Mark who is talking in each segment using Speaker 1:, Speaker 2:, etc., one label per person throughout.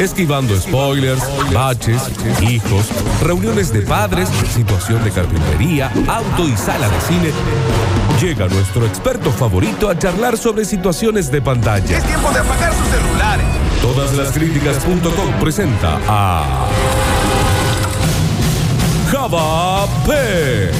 Speaker 1: esquivando spoilers, baches, hijos, reuniones de padres, situación de carpintería, auto y sala de cine. Llega nuestro experto favorito a charlar sobre situaciones de pantalla.
Speaker 2: Es tiempo de apagar sus celulares.
Speaker 1: Todaslaskriticas.com presenta a Java Pérez.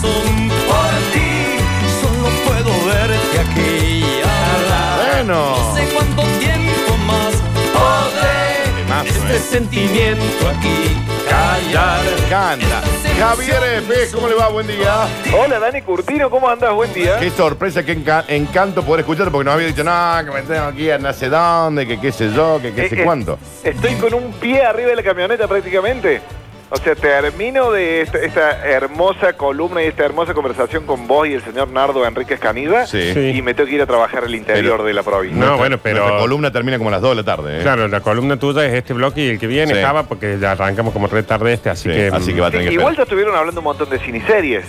Speaker 3: son por ti, solo puedo verte aquí y hablar.
Speaker 4: Bueno.
Speaker 3: No sé cuánto tiempo más podré este sentimiento aquí callar.
Speaker 4: Canta. Javier F, ¿cómo le va? Buen día.
Speaker 5: Hola Dani Curtino, ¿cómo andas? Buen día.
Speaker 4: Qué sorpresa, qué enca- encanto poder escuchar porque nos había dicho, no, que me tengo aquí a no sé dónde, que qué sé yo, que qué
Speaker 5: Eh,
Speaker 4: sé
Speaker 5: eh,
Speaker 4: cuánto.
Speaker 5: Estoy con un pie arriba de la camioneta prácticamente. O sea, termino de esta, esta hermosa columna y esta hermosa conversación con vos y el señor Nardo Enríquez Caniva.
Speaker 4: Sí.
Speaker 5: Y me tengo que ir a trabajar al interior
Speaker 4: Pero-
Speaker 5: de la provincia.
Speaker 6: No,
Speaker 4: Nuestra-
Speaker 6: bueno, pero-
Speaker 4: Nuestra columna termina como a las 2 de la tarde. ¿eh?
Speaker 6: Claro, la columna tuya es este bloque y el que viene
Speaker 4: Sí.
Speaker 6: estaba porque ya arrancamos como re tarde este, así
Speaker 4: Sí,
Speaker 6: que.
Speaker 4: así que va a tener que
Speaker 5: Igual
Speaker 4: esperar.
Speaker 5: ya estuvieron hablando un montón de ciniseries.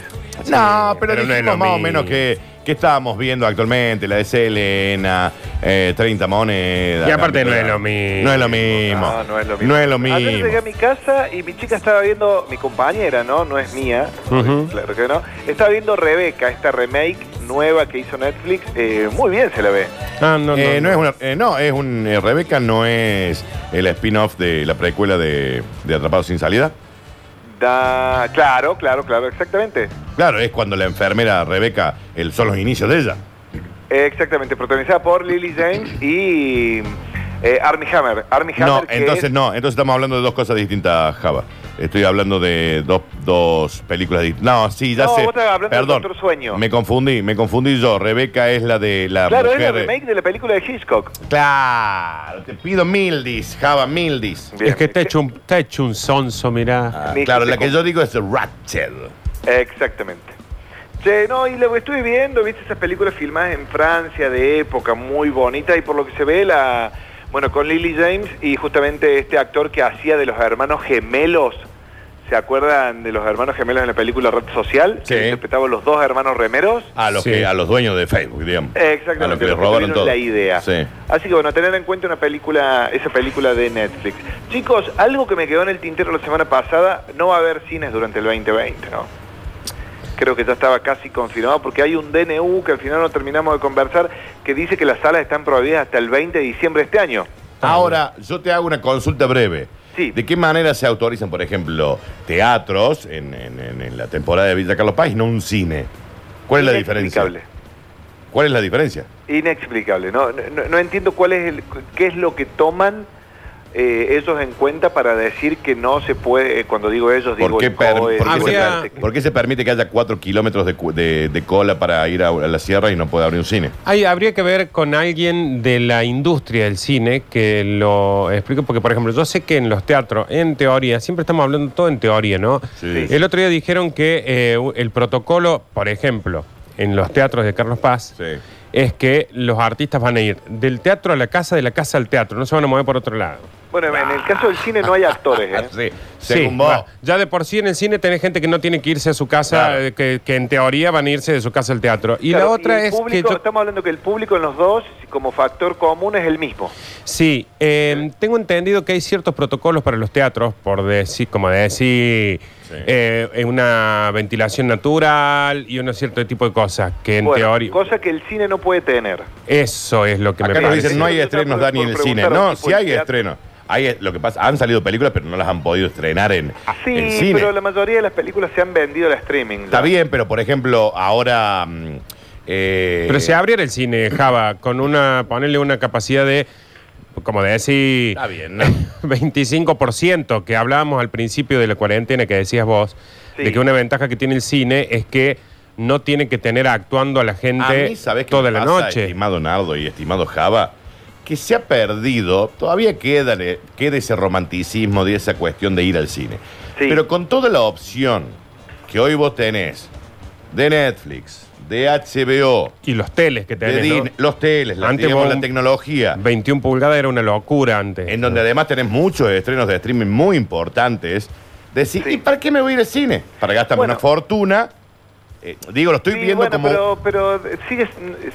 Speaker 4: No, pero,
Speaker 6: pero no es
Speaker 4: dijimos
Speaker 6: lo
Speaker 4: más o
Speaker 6: mismo.
Speaker 4: menos que, que estábamos viendo actualmente, la de Selena, eh, 30 monedas.
Speaker 6: Y aparte no
Speaker 4: la-
Speaker 6: es lo mismo.
Speaker 4: No es lo mismo.
Speaker 5: Ah, No, no es lo mismo.
Speaker 4: No es lo
Speaker 5: Ayer
Speaker 4: mismo.
Speaker 5: llegué a mi casa y mi chica estaba viendo, mi compañera, ¿no? No es mía,
Speaker 6: Ujú.
Speaker 5: claro que no. Estaba viendo Rebeca, esta remake nueva que hizo Netflix. Eh, muy bien se la ve.
Speaker 6: Ah, no, no,
Speaker 4: Eh,
Speaker 6: no.
Speaker 4: no es una, eh, no, es un eh, Rebeca no es el spin-off de la precuela de, de Atrapados sin salida.
Speaker 5: Da, claro, claro, claro, exactamente.
Speaker 4: Claro, es cuando la enfermera Rebeca, el, son los inicios de ella.
Speaker 5: Exactamente, protagonizada por Lily James y eh, Armie Hammer. Armie Hammer
Speaker 4: No,
Speaker 5: que
Speaker 4: entonces
Speaker 5: es-
Speaker 4: no, entonces estamos hablando de dos cosas distintas, Java. Estoy hablando de dos, dos películas distintas. No, sí, ya
Speaker 5: No,
Speaker 4: sé.
Speaker 5: vos estás hablando del
Speaker 4: Perdón,
Speaker 5: Doctor Sueño.
Speaker 4: me confundí, me confundí yo. Rebeca es la de la
Speaker 5: Claro, es
Speaker 4: mujer. eh.
Speaker 5: el remake de la película de Hitchcock.
Speaker 4: Claro, te pido Mildis, Java Mildis.
Speaker 5: Bien. este,
Speaker 6: Es que está hecho un, está hecho un sonso, mirá.
Speaker 4: Ah,
Speaker 5: Mildis,
Speaker 4: claro,
Speaker 5: te
Speaker 4: la que
Speaker 5: com-
Speaker 4: yo digo es Ratchet.
Speaker 5: Exactamente. Che, no, y lo que estuve viendo, viste esas películas filmadas en Francia de época, muy bonitas, y por lo que se ve, la bueno, con Lily James y justamente este actor que hacía de los hermanos gemelos, ¿se acuerdan de los hermanos gemelos en la película Red Social?
Speaker 4: Sí.
Speaker 5: Que interpretaban los dos hermanos remeros.
Speaker 4: A los,
Speaker 6: Sí.
Speaker 4: que, a los dueños de Facebook, digamos.
Speaker 5: Exactamente,
Speaker 4: A los que les
Speaker 5: los que
Speaker 4: robaron
Speaker 5: tuvieron
Speaker 4: todo.
Speaker 5: la idea.
Speaker 4: Sí.
Speaker 5: Así que bueno, tener en cuenta una película, esa película de Netflix. Chicos, algo que me quedó en el tintero la semana pasada, no va a haber cines durante el 2020, ¿no? Creo que ya estaba casi confirmado porque hay un DNU que al final no terminamos de conversar que dice que las salas están prohibidas hasta el 20 de diciembre de este año.
Speaker 4: Ah, Ahora, yo te hago una consulta breve.
Speaker 5: Sí.
Speaker 4: ¿De qué manera se autorizan, por ejemplo, teatros en, en- en- en la temporada de Villa Carlos Paz y no un cine? ¿Cuál es la diferencia?
Speaker 5: Inexplicable.
Speaker 4: ¿Cuál es la diferencia?
Speaker 5: Inexplicable. No, no, no entiendo cuál es el, qué es lo que toman eh, ellos en cuenta para decir que no se puede, eh, cuando digo
Speaker 4: ¿Por
Speaker 5: ellos, digo
Speaker 4: qué,
Speaker 5: el
Speaker 4: per-
Speaker 5: COE,
Speaker 4: por qué
Speaker 5: digo
Speaker 4: se,
Speaker 5: el
Speaker 6: habría-
Speaker 5: Arte.
Speaker 4: per- por qué se permite que haya cuatro kilómetros de, cu- de- de cola para ir a, a la sierra y no puede abrir un cine?
Speaker 6: Ahí habría que ver con alguien de la industria del cine que lo explique, porque por ejemplo, yo sé que en los teatros, en teoría, siempre estamos hablando todo en teoría, ¿no?
Speaker 4: Sí.
Speaker 6: El otro día dijeron que eh, el protocolo, por ejemplo, en los teatros de Carlos Paz,
Speaker 5: Eh.
Speaker 4: Sí.
Speaker 6: es que los artistas van a ir del teatro a la casa, de la casa al teatro, no se van a mover por otro lado.
Speaker 5: Bueno, en el caso del cine no hay actores, ¿eh?
Speaker 4: Ah, Sí, según
Speaker 6: Sí,
Speaker 4: vos.
Speaker 6: va. ya de por sí en el cine tenés gente que no tiene que irse a su casa,
Speaker 4: Claro.
Speaker 6: eh, que, que en teoría van a irse de su casa al teatro. Y la
Speaker 5: Claro,
Speaker 6: otra
Speaker 5: el
Speaker 6: es
Speaker 5: público-
Speaker 6: que yo-
Speaker 5: Estamos hablando que el público en los dos, como factor común, es el mismo.
Speaker 6: Sí, eh, tengo entendido que hay ciertos protocolos para los teatros, por decir, como decir,
Speaker 4: Sí.
Speaker 6: eh, eh, una ventilación natural y un cierto tipo de cosas que en
Speaker 5: Bueno,
Speaker 6: teoría...
Speaker 5: Cosa que el cine no puede tener.
Speaker 6: Eso es lo que
Speaker 4: Acá
Speaker 6: me
Speaker 4: nos
Speaker 6: parece.
Speaker 4: dicen, no hay
Speaker 5: Yo
Speaker 4: estrenos,
Speaker 5: por-
Speaker 4: Dani, en
Speaker 5: por
Speaker 4: el cine.
Speaker 5: preguntar a un
Speaker 4: No,
Speaker 5: tipo
Speaker 4: sí
Speaker 5: de
Speaker 4: hay
Speaker 5: teatro.
Speaker 4: estrenos. Hay, lo que pasa, han salido películas, pero no las han podido estrenar en,
Speaker 5: Ah,
Speaker 6: Ah,
Speaker 5: Sí,
Speaker 4: en cine.
Speaker 5: pero la mayoría de las películas se han vendido a la streaming.
Speaker 4: Está bien, pero por ejemplo, ahora. mm, eh,
Speaker 6: Pero si abriera el cine, Java, con una, ponerle una capacidad de, como decir,
Speaker 4: Está bien, ¿no?
Speaker 6: 25%, que hablábamos al principio de la cuarentena, que decías vos,
Speaker 5: Sí.
Speaker 6: de que una ventaja que tiene el cine es que no tiene que tener actuando a la
Speaker 4: A
Speaker 6: gente
Speaker 4: mí, ¿sabés qué
Speaker 6: toda
Speaker 4: me
Speaker 6: la
Speaker 4: pasa,
Speaker 6: noche.
Speaker 4: Estimado Nardo y estimado Java, que se ha perdido, todavía queda, queda ese romanticismo de esa cuestión de ir al cine.
Speaker 5: Sí.
Speaker 4: Pero con toda la opción que hoy vos tenés de Netflix, de HBO,
Speaker 6: Y los teles que
Speaker 4: de
Speaker 6: tenés, ¿no?
Speaker 4: Disney, los teles, la,
Speaker 6: Antes
Speaker 4: digamos,
Speaker 6: vos-
Speaker 4: la tecnología.
Speaker 6: 21 pulgadas era una locura antes.
Speaker 4: en donde además tenés muchos estrenos de streaming muy importantes, decir,
Speaker 5: Sí.
Speaker 4: ¿y para qué me voy a ir al cine? Para gastarme
Speaker 5: Bueno.
Speaker 4: una fortuna Eh, digo, lo estoy
Speaker 5: Sí,
Speaker 4: viendo
Speaker 5: bueno,
Speaker 4: como.
Speaker 5: pero, pero sigue,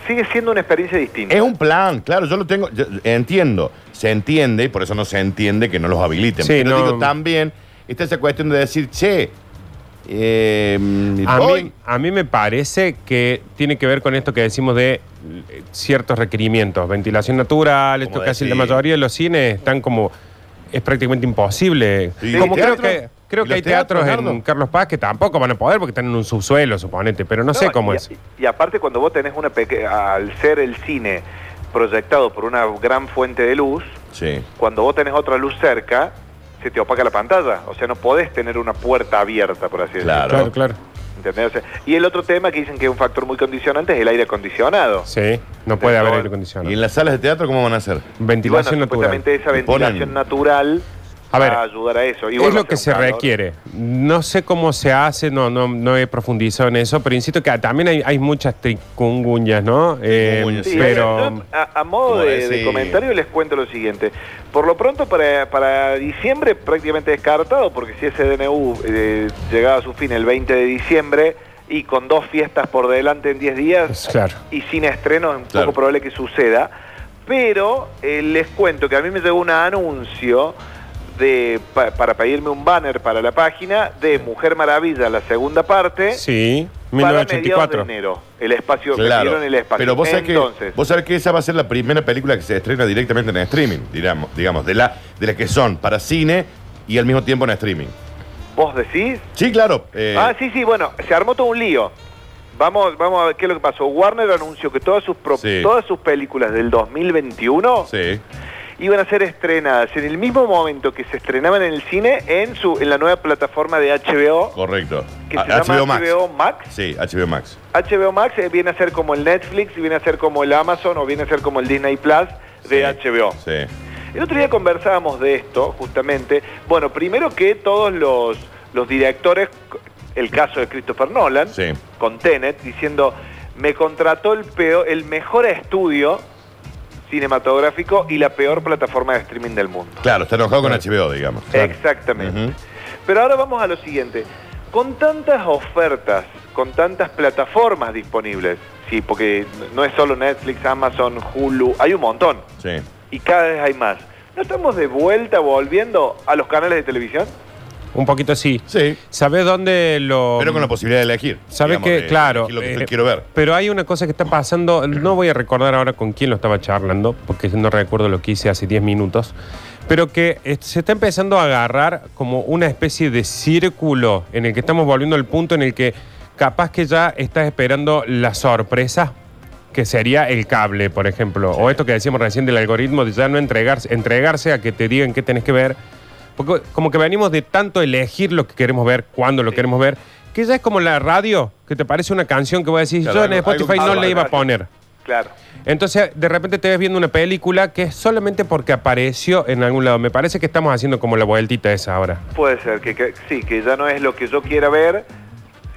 Speaker 5: sigue siendo una experiencia distinta.
Speaker 4: Es un plan, claro, yo lo tengo, yo- entiendo, se entiende y por eso no se entiende que no los habiliten.
Speaker 6: Sí,
Speaker 4: Pero
Speaker 6: no.
Speaker 4: digo, también está esa cuestión de decir, che, eh,
Speaker 6: A
Speaker 4: voy.
Speaker 6: mí, a mí me parece que tiene que ver con esto que decimos de eh, ciertos requerimientos, ventilación natural, esto
Speaker 4: Como
Speaker 6: casi la
Speaker 4: decís.
Speaker 6: mayoría de los cines están como es prácticamente imposible.
Speaker 4: Sí,
Speaker 6: como
Speaker 4: ¿y
Speaker 6: creo
Speaker 4: teatro?
Speaker 6: que
Speaker 4: ¿Y
Speaker 6: creo que
Speaker 4: los
Speaker 6: hay teatros
Speaker 4: teatros,
Speaker 6: en
Speaker 4: Nardo?
Speaker 6: Carlos Paz que tampoco van a poder porque están en un subsuelo, suponete, pero no, sé
Speaker 5: No,
Speaker 6: cómo
Speaker 5: y,
Speaker 6: es.
Speaker 5: Y aparte cuando vos tenés una pequeña, al ser el cine proyectado por una gran fuente de luz,
Speaker 4: Sí.
Speaker 6: Eh,
Speaker 5: cuando vos tenés otra luz cerca, se te opaca la pantalla. O sea, no podés tener una puerta abierta, por así decirlo.
Speaker 4: Claro.
Speaker 6: Claro, claro.
Speaker 5: ¿entendés? O sea, y el otro tema que dicen que es un factor muy condicionante es el aire acondicionado.
Speaker 6: Sí, no puede
Speaker 5: Pero-
Speaker 6: haber aire
Speaker 4: ¿Y
Speaker 6: acondicionado.
Speaker 4: en las salas de teatro cómo van a hacer?
Speaker 5: Y bueno,
Speaker 6: Ventilación natural.
Speaker 5: supuestamente esa
Speaker 4: Y ponen-
Speaker 5: ventilación natural
Speaker 6: A ver,
Speaker 5: va a ayudar a eso. Y
Speaker 6: es
Speaker 5: bueno,
Speaker 6: lo que
Speaker 5: hace
Speaker 6: se
Speaker 5: un calor.
Speaker 6: requiere. No sé cómo se hace, no, no, no he profundizado en eso, pero insisto que también hay, hay muchas tricunguñas, ¿no? Eh,
Speaker 4: Tricunguñas,
Speaker 5: Sí, yo,
Speaker 6: pero
Speaker 5: a, a modo
Speaker 4: Como
Speaker 5: de, de
Speaker 4: decir.
Speaker 5: comentario les cuento lo siguiente. Por lo pronto para, para diciembre prácticamente descartado, porque si ese DNU eh, llegaba a su fin el 20 de diciembre y con dos fiestas por delante en 10 días
Speaker 6: claro.
Speaker 5: y sin estrenos es un
Speaker 4: Claro.
Speaker 5: poco probable que suceda. Pero eh, les cuento que a mí me llegó un anuncio de, pa- para pedirme un banner para la página de Mujer Maravilla, la segunda parte.
Speaker 6: Sí,
Speaker 5: Para mediados
Speaker 6: 1984.
Speaker 5: de enero, el espacio, me
Speaker 4: Claro.
Speaker 5: dieron el espacio.
Speaker 4: Pero vos sabés, que,
Speaker 5: Entonces,
Speaker 4: vos sabés que esa va a ser la primera película que se estrena directamente en streaming, digamos, digamos de la de las que son para cine y al mismo tiempo en streaming.
Speaker 5: ¿Vos decís?
Speaker 4: Sí, claro. eh,
Speaker 5: Ah, sí, sí, bueno, se armó todo un lío. Vamos, vamos a ver qué es lo que pasó. Warner anunció que todas sus, pro-
Speaker 4: Sí.
Speaker 5: todas sus películas del 2021
Speaker 4: sí.
Speaker 5: iban a ser estrenadas en el mismo momento que se estrenaban en el cine en, su, en la nueva plataforma de HBO,
Speaker 4: correcto.
Speaker 5: que
Speaker 4: A-
Speaker 5: se llama HBO Max.
Speaker 4: Sí, HBO Max.
Speaker 5: HBO Max eh, viene a ser como el Netflix, viene a ser como el Amazon o viene a ser como el Disney Plus de
Speaker 4: Sí,
Speaker 5: HBO.
Speaker 4: Sí.
Speaker 5: El otro día conversábamos de esto, justamente. Bueno, primero que todos los, los directores, el caso de Christopher Nolan,
Speaker 4: Sí.
Speaker 5: con Tenet, diciendo, me contrató el, peor, el mejor estudio cinematográfico y la peor plataforma de streaming del mundo.
Speaker 4: Claro, está enojado con HBO, digamos.
Speaker 5: Exactamente.
Speaker 4: Ujú.
Speaker 5: Pero ahora vamos a lo siguiente. Con tantas ofertas, con tantas plataformas disponibles, sí, porque no es solo Netflix, Amazon, Hulu, hay un montón
Speaker 4: Sí.
Speaker 5: y cada vez hay más. ¿No estamos de vuelta volviendo a los canales de televisión?
Speaker 6: Un poquito sí.
Speaker 4: Sí.
Speaker 6: ¿Sabes dónde lo...?
Speaker 4: Pero con la posibilidad de elegir.
Speaker 6: ¿Sabes
Speaker 4: digamos,
Speaker 6: Um, qué?
Speaker 4: de-
Speaker 6: Claro.
Speaker 4: elegir Lo que
Speaker 6: eh,
Speaker 4: yo quiero ver.
Speaker 6: Pero hay una cosa que está pasando, no voy a recordar ahora con quién lo estaba charlando, porque no recuerdo lo que hice hace 10 minutos, pero que eh, se está empezando a agarrar como una especie de círculo en el que estamos volviendo al punto en el que capaz que ya estás esperando la sorpresa que sería el cable, por ejemplo, o esto que decíamos recién del algoritmo de ya no entregarse, entregarse a que te digan qué tenés que ver, porque como que venimos de tanto elegir lo que queremos ver, cuándo lo queremos ver, que ya es como la radio, que te parece una canción que vos decís,
Speaker 4: Claro,
Speaker 6: yo en
Speaker 4: algo-
Speaker 6: Spotify
Speaker 4: algo-
Speaker 6: no le iba a poner.
Speaker 5: Claro.
Speaker 6: Entonces, de repente te ves viendo una película que es solamente porque apareció en algún lado. Me parece que estamos haciendo como la vueltita esa ahora.
Speaker 5: Puede ser que, que- sí, que ya no es lo que yo quiera ver,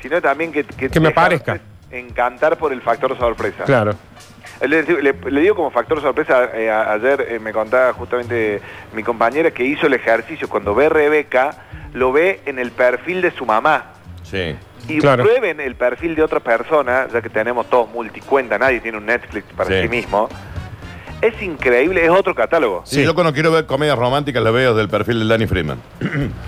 Speaker 5: sino también que... Que,
Speaker 6: Que me
Speaker 5: dejarse
Speaker 6: parezca.
Speaker 5: Encantar por el factor sorpresa. Eh,
Speaker 6: Claro.
Speaker 5: Le, le- le digo como factor sorpresa, eh, a- ayer eh, me contaba justamente mi compañera que hizo el ejercicio, cuando ve Rebeca, lo ve en el perfil de su mamá.
Speaker 4: Sí.
Speaker 5: Y
Speaker 6: Claro.
Speaker 5: prueben el perfil de otra persona, ya que tenemos todos multicuenta, nadie tiene un Netflix para
Speaker 4: Sí.
Speaker 5: sí, mismo. Es increíble, es otro catálogo,
Speaker 4: Sí. Yo cuando quiero ver comedias románticas las veo del perfil de Danny Freeman.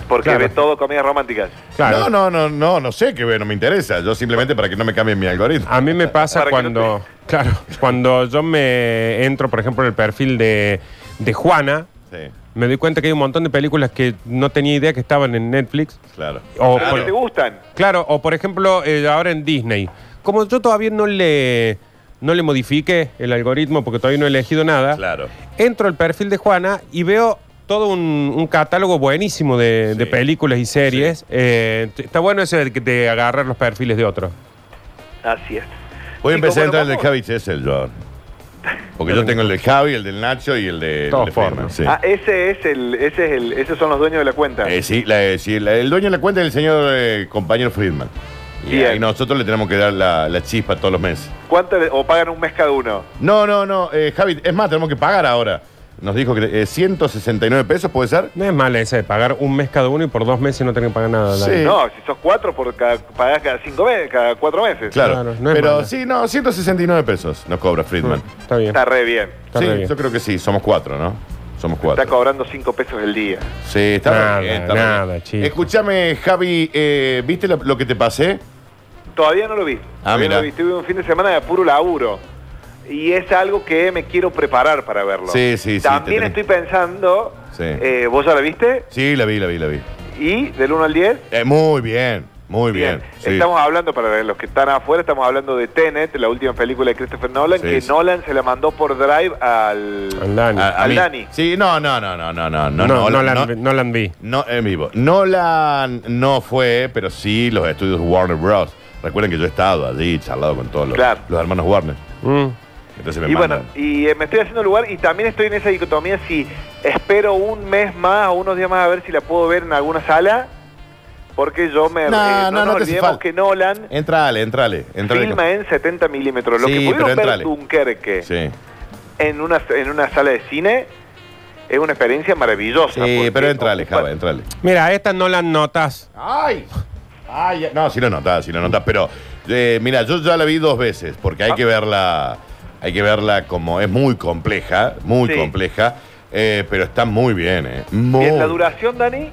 Speaker 5: porque
Speaker 6: Claro.
Speaker 5: ve todo comedias románticas.
Speaker 6: Claro.
Speaker 4: No, no, no, no, no sé qué veo, no me interesa. Yo simplemente para que no me cambien mi algoritmo.
Speaker 6: A mí me pasa
Speaker 5: Para que no
Speaker 6: cuando, claro, cuando yo me entro, por ejemplo, en el perfil de, de Juana,
Speaker 4: Sí,
Speaker 6: me doy cuenta que hay un montón de películas que no tenía idea que estaban en Netflix.
Speaker 4: claro.
Speaker 6: O
Speaker 4: pues,
Speaker 5: Porque Ah, te
Speaker 6: por-
Speaker 5: gustan.
Speaker 6: Claro, o por ejemplo, eh, ahora en Disney. Como yo todavía no le, no le modifique el algoritmo porque todavía no he elegido nada,
Speaker 4: Claro.
Speaker 6: entro al perfil de Juana y veo todo un, un catálogo buenísimo de,
Speaker 4: Sí.
Speaker 6: de películas y series. Eh, t- está bueno eso de, que- de agarrar los perfiles de otros.
Speaker 5: Así es.
Speaker 4: Voy a
Speaker 5: Chicos,
Speaker 4: empezar a entrar en
Speaker 5: bueno,
Speaker 4: el de
Speaker 5: vamos.
Speaker 4: Javi Chesel, yo. ahora. Porque yo tengo el del Javi, el del Nacho y el de, el
Speaker 6: Todos
Speaker 4: de Freeman.
Speaker 6: forman.
Speaker 4: Sí.
Speaker 5: Ah, ese es el, ese es el, esos son los dueños de la cuenta.
Speaker 4: Eh, sí, la- eh, sí, la- el dueño de la cuenta es el señor eh, compañero Friedman. Y,
Speaker 5: Bien.
Speaker 4: ahí nosotros le tenemos que dar la, la chispa todos los meses.
Speaker 5: ¿Cuánto le- o pagan un mes cada uno?
Speaker 4: No, no, no, eh, Javi, es más, tenemos que pagar ahora. Nos dijo que eh, 169 pesos, ¿puede ser?
Speaker 6: No es mala esa de pagar un mes cada uno y por dos meses no tener que pagar nada.
Speaker 4: Sí.
Speaker 6: Dani.
Speaker 5: No, si sos cuatro, por cada, pagás cada cinco meses, cada cuatro meses.
Speaker 4: Claro.
Speaker 6: Claro, no es
Speaker 4: Pero
Speaker 6: mala.
Speaker 4: sí, no, 169 pesos nos cobra Friedman.
Speaker 6: Mm. Está bien.
Speaker 5: Está re bien.
Speaker 6: Está re
Speaker 4: sí,
Speaker 6: bien.
Speaker 4: yo creo que sí, somos cuatro, ¿no? Somos cuatro.
Speaker 5: Está cobrando cinco pesos el día.
Speaker 4: Sí, está
Speaker 6: Nada,
Speaker 4: bien. Está re
Speaker 6: nada,
Speaker 4: bien.
Speaker 6: chico.
Speaker 4: Escúchame, Javi, eh, ¿viste lo, lo que te pasé?
Speaker 5: Todavía no lo vi.
Speaker 4: Ah,
Speaker 5: Todavía
Speaker 4: mira.
Speaker 5: no lo vi. Tuve un fin de semana de puro laburo. Y es algo que me quiero preparar para verlo.
Speaker 4: Sí, sí, sí, te
Speaker 5: También
Speaker 4: tenés-
Speaker 5: estoy pensando.
Speaker 4: Sí.
Speaker 5: eh, ¿Vos ya la viste?
Speaker 4: Sí, la vi, la vi, la vi.
Speaker 5: ¿Y del 1 al 10?
Speaker 4: Eh, muy bien, muy bien. sí.
Speaker 5: Estamos hablando, para los que están afuera, estamos hablando de Tenet, la última película de Christopher Nolan,
Speaker 4: Sí,
Speaker 5: que
Speaker 4: sí.
Speaker 5: Nolan se la mandó por Drive al...
Speaker 6: Al Dani.
Speaker 4: A- a
Speaker 5: al
Speaker 4: mí-
Speaker 5: Dani.
Speaker 4: Sí, no, no, no, no, no, no, no,
Speaker 6: no, no, la,
Speaker 4: no,
Speaker 6: no, la vi.
Speaker 4: no, en vivo. Nolan no fue, pero sí los estudios Warner Bros. Recuerden que yo he estado allí, charlado con todos los,
Speaker 5: Claro.
Speaker 4: los hermanos Warner.
Speaker 6: Mm.
Speaker 4: Entonces me
Speaker 5: Y bueno,
Speaker 4: mandan.
Speaker 5: y eh, me estoy haciendo lugar y también estoy en esa dicotomía si espero un mes más o unos días más a ver si la puedo ver en alguna sala, porque yo me...
Speaker 4: No, no, no
Speaker 5: nos
Speaker 4: te hace
Speaker 5: olvidemos
Speaker 4: falta.
Speaker 5: que Nolan
Speaker 4: Entrale, entrale, entrale.
Speaker 5: filma en 70 milímetros. Lo
Speaker 4: Eh, Sí,
Speaker 5: que
Speaker 4: pero
Speaker 5: pudieron ver
Speaker 4: entrale.
Speaker 5: Dunkerque
Speaker 4: Sí,
Speaker 5: en, una, en una sala de cine es una experiencia maravillosa.
Speaker 4: sí
Speaker 5: porque
Speaker 4: pero entrale,
Speaker 5: ocupa-
Speaker 4: Java, entrale.
Speaker 6: Mira, esta no la notas.
Speaker 4: ¡Ay! ¡Ay! No, sí lo notas, sí lo notas, pero eh, mira, yo ya la vi dos veces, porque
Speaker 5: Ah.
Speaker 4: hay que verla, hay que verla como es muy compleja, muy
Speaker 5: Sí.
Speaker 4: compleja, eh, pero está muy bien, ¿eh? Muy.
Speaker 5: Bien, la duración, Dani,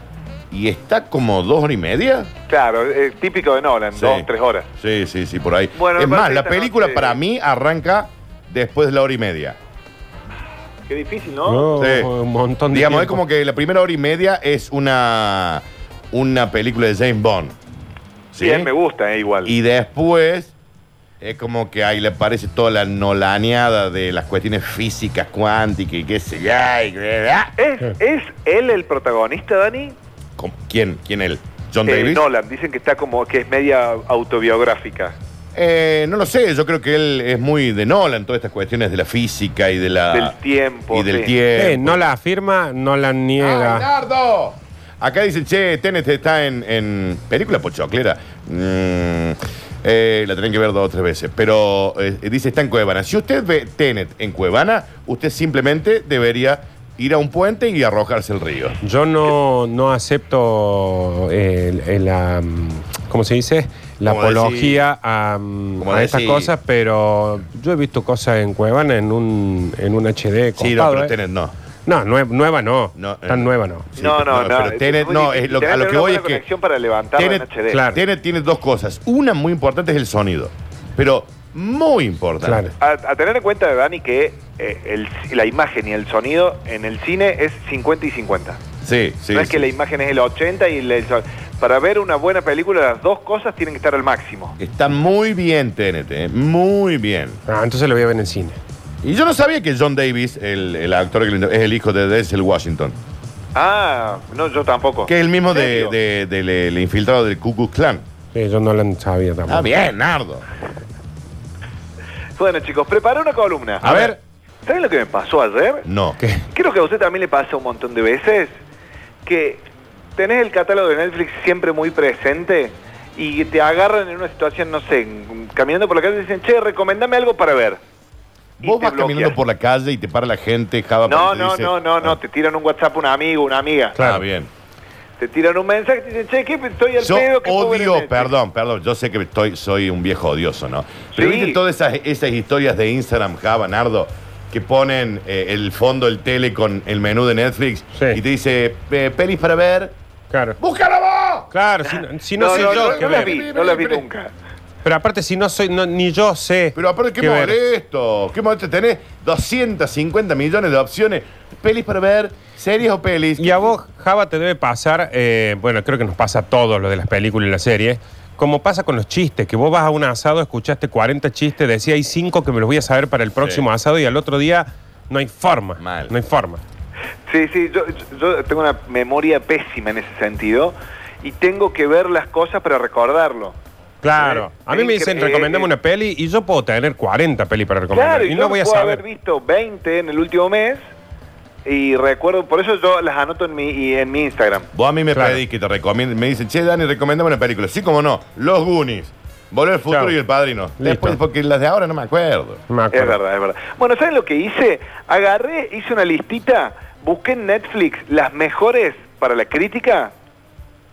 Speaker 4: Y está como dos horas y media.
Speaker 5: claro, eh, típico de Nolan,
Speaker 4: Sí.
Speaker 5: dos, tres horas.
Speaker 4: Sí, sí, sí, por ahí.
Speaker 5: Bueno,
Speaker 4: es
Speaker 5: me
Speaker 4: más,
Speaker 5: parece
Speaker 4: la
Speaker 5: esta
Speaker 4: película
Speaker 5: noche-
Speaker 4: para mí arranca después de la hora y media.
Speaker 5: Qué difícil,
Speaker 6: No,
Speaker 4: Sí.
Speaker 6: Un montón de
Speaker 4: Digamos, es
Speaker 6: tiempo.
Speaker 4: como que la primera hora y media es una, una película de James Bond. ¿Sí?
Speaker 5: Bien, me gusta, eh, igual.
Speaker 4: Y después es como que ahí le parece toda la nolaneada de las cuestiones físicas, cuánticas y qué sé yo. y qué- ah.
Speaker 5: ¿Es, ¿Es él el protagonista, Dani?
Speaker 4: ¿Cómo? ¿Quién? ¿Quién él? ¿John
Speaker 5: Eh,
Speaker 4: Davis?
Speaker 5: Nolan, dicen que está como que es media autobiográfica.
Speaker 4: Eh, no lo sé, yo creo que él es muy de Nolan, todas estas cuestiones de la física y de la...
Speaker 5: Del tiempo,
Speaker 4: Y del
Speaker 5: sí.
Speaker 4: tiempo.
Speaker 6: Eh, no la afirma, no la niega.
Speaker 4: ¡Bernardo! Acá dice, che, Tenet está en, en película pochoclera. Mm, eh, la tienen que ver dos o tres veces. Pero eh, dice, está en Cuevana. Si usted ve Tenet en Cuevana, usted simplemente debería ir a un puente y arrojarse el río.
Speaker 6: Yo no, no acepto el- el, la, mm, ¿cómo se dice? La
Speaker 4: Como decir-
Speaker 6: apología a, mm,
Speaker 4: como
Speaker 6: a estas
Speaker 4: decir-
Speaker 6: cosas, pero yo he visto cosas en Cuevana en un, en un HD
Speaker 4: Sí, no,
Speaker 6: copado,
Speaker 4: pero
Speaker 6: ¿eh?
Speaker 4: Tenet no.
Speaker 6: No, nue- nueva no,
Speaker 4: No,
Speaker 6: tan
Speaker 4: eh.
Speaker 6: nueva no.
Speaker 4: Sí,
Speaker 5: no, no, no.
Speaker 4: Pero Tenet,
Speaker 5: muy
Speaker 4: no,
Speaker 5: difícil.
Speaker 4: es lo-
Speaker 5: Tenés
Speaker 4: a lo
Speaker 5: tener
Speaker 4: que
Speaker 5: una
Speaker 4: voy es
Speaker 5: buena
Speaker 4: que...
Speaker 5: conexión para levantarlo
Speaker 4: Tenet,
Speaker 5: en HD.
Speaker 6: claro.
Speaker 4: Tenet tiene dos cosas. Una muy importante es el sonido, pero muy importante.
Speaker 6: Claro.
Speaker 5: A, a tener en cuenta, Dani, que eh, el- la imagen y el sonido en el cine es 50 y 50.
Speaker 4: Sí, sí.
Speaker 5: no es
Speaker 4: sí.
Speaker 5: que la imagen es el 80 y el, el son- Para ver una buena película, las dos cosas tienen que estar al máximo.
Speaker 4: Está muy bien Tenet, eh, muy bien.
Speaker 6: Ah, entonces lo voy a ver en el cine.
Speaker 4: Y yo no sabía que John Davis, el, el actor que lo inter- es el hijo de Denzel Washington,
Speaker 5: Ah, no, yo tampoco.
Speaker 4: que es el mismo
Speaker 5: ¿En
Speaker 4: de,
Speaker 5: serio? Ah,
Speaker 4: de- del, el infiltrado del Ku Klux Klan.
Speaker 6: Sí, yo no la sabía tampoco.
Speaker 4: Ah, bien, Nardo.
Speaker 5: Bueno, chicos, preparé una columna.
Speaker 4: A ver.
Speaker 5: ¿Saben lo que me pasó ayer?
Speaker 4: No.
Speaker 6: ¿Qué?
Speaker 5: Creo que a usted también le pasa un montón de veces que tenés el catálogo de Netflix siempre muy presente y te agarran en una situación, no sé, en- caminando por la calle y dicen, che, recomendame algo para ver. Y
Speaker 4: Vos
Speaker 5: te
Speaker 4: vas caminando
Speaker 5: bloqueas.
Speaker 4: por la calle y te para la gente, Java.
Speaker 5: No,
Speaker 4: porque te
Speaker 5: no,
Speaker 4: dice-
Speaker 5: no, no, no,
Speaker 4: Ah,
Speaker 5: te tiran un WhatsApp una amigo, una amiga.
Speaker 4: Claro, bien.
Speaker 5: Te tiran un mensaje y te dicen, che, ¿qué? estoy al
Speaker 4: Yo
Speaker 5: pedo que puedo ver en
Speaker 4: odio,
Speaker 5: Netflix".
Speaker 4: perdón, perdón, yo sé que estoy, soy un viejo odioso, ¿no? Pero
Speaker 5: Sí.
Speaker 4: viste todas esas, esas historias de Instagram, Java, Nardo, que ponen eh, el fondo, el tele con el menú de Netflix
Speaker 6: Sí.
Speaker 4: y te dice, eh, pelis para ver,
Speaker 6: Claro.
Speaker 4: ¡búscala vos!
Speaker 6: Claro, si, no- si no,
Speaker 5: Ah. No,
Speaker 6: sé
Speaker 5: no,
Speaker 6: yo
Speaker 5: no,
Speaker 6: qué
Speaker 5: no
Speaker 6: ver.
Speaker 5: las vi, no las vi nunca.
Speaker 6: Pero aparte, si no soy, no- ni yo sé.
Speaker 4: Pero aparte, qué,
Speaker 6: qué ver.
Speaker 4: molesto. Qué molesto. Tenés 250 millones de opciones. Pelis para ver, series o pelis.
Speaker 6: Y a vos, Java, te debe pasar, eh, bueno, creo que nos pasa a todos lo de las películas y las series, como pasa con los chistes, que vos vas a un asado, escuchaste 40 chistes, decía hay 5 que me los voy a saber para el próximo
Speaker 4: Sí.
Speaker 6: asado y al otro día no hay forma.
Speaker 4: Mal.
Speaker 6: No hay forma.
Speaker 5: Sí, sí, yo, yo- yo tengo una memoria pésima en ese sentido y tengo que ver las cosas para recordarlo.
Speaker 6: Claro.
Speaker 5: Sí.
Speaker 6: A mí me dicen,
Speaker 5: Eh, eh,
Speaker 6: recomendame
Speaker 5: eh.
Speaker 6: una peli y yo puedo tener 40 pelis para recomendar.
Speaker 5: Claro,
Speaker 6: y no voy a
Speaker 5: puedo
Speaker 6: saber.
Speaker 5: haber visto 20 en el último mes y recuerdo, por eso yo las anoto en mi, y en mi Instagram.
Speaker 4: Vos a mí me
Speaker 6: Claro.
Speaker 4: pedís que te recomiende. Me dicen, che, Dani, recomendame una película. Sí, como no. Los Goonies. Volver al futuro
Speaker 6: Chao.
Speaker 4: y el padrino. Después,
Speaker 6: Listo.
Speaker 4: porque las de ahora no me acuerdo.
Speaker 6: No me
Speaker 5: Es
Speaker 6: acuerdo.
Speaker 5: verdad, es verdad. Bueno, ¿saben lo que hice? Agarré, hice una listita, busqué en Netflix las mejores para la crítica.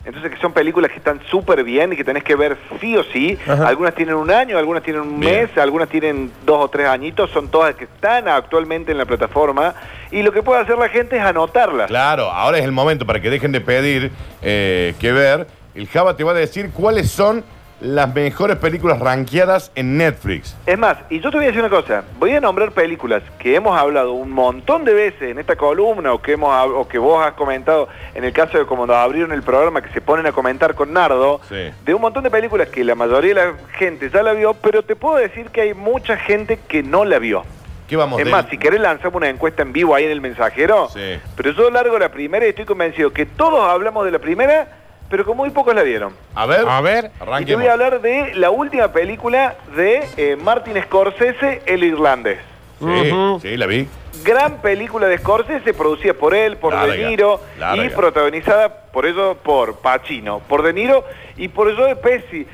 Speaker 5: Entonces, que son películas que están súper bien y que tenés que ver sí o sí.
Speaker 6: Ajá.
Speaker 5: Algunas tienen un año, algunas tienen un
Speaker 4: Bien.
Speaker 5: mes, algunas tienen dos o tres añitos. Son todas que están actualmente en la plataforma. Y lo que puede hacer la gente es anotarlas.
Speaker 4: Claro, ahora es el momento para que dejen de pedir eh, que ver. El Java te va a decir cuáles son las mejores películas rankeadas en Netflix.
Speaker 5: Es más, y yo te voy a decir una cosa, voy a nombrar películas que hemos hablado un montón de veces en esta columna o que hemos hab- o que vos has comentado en el caso de cuando abrieron el programa que se ponen a comentar con Nardo,
Speaker 4: Sí.
Speaker 5: de un montón de películas que la mayoría de la gente ya la vio, pero te puedo decir que hay mucha gente que no la vio.
Speaker 4: ¿Qué vamos
Speaker 5: Es
Speaker 4: del-
Speaker 5: más, si querés lanzamos una encuesta en vivo ahí en el mensajero,
Speaker 4: Sí.
Speaker 5: pero yo largo la primera y estoy convencido que todos hablamos de la primera, pero que muy pocos la vieron.
Speaker 4: A ver,
Speaker 6: A ver.
Speaker 5: Y te
Speaker 4: arranquemos.
Speaker 5: voy a hablar de la última película de eh, Martin Scorsese, El Irlandés.
Speaker 4: Sí,
Speaker 6: Ujú.
Speaker 4: sí, la vi.
Speaker 5: Gran película de Scorsese, producida por él, por
Speaker 4: Larga,
Speaker 5: De Niro,
Speaker 4: larga.
Speaker 5: y protagonizada por ello por Pacino, por De Niro y por Joe Pesci.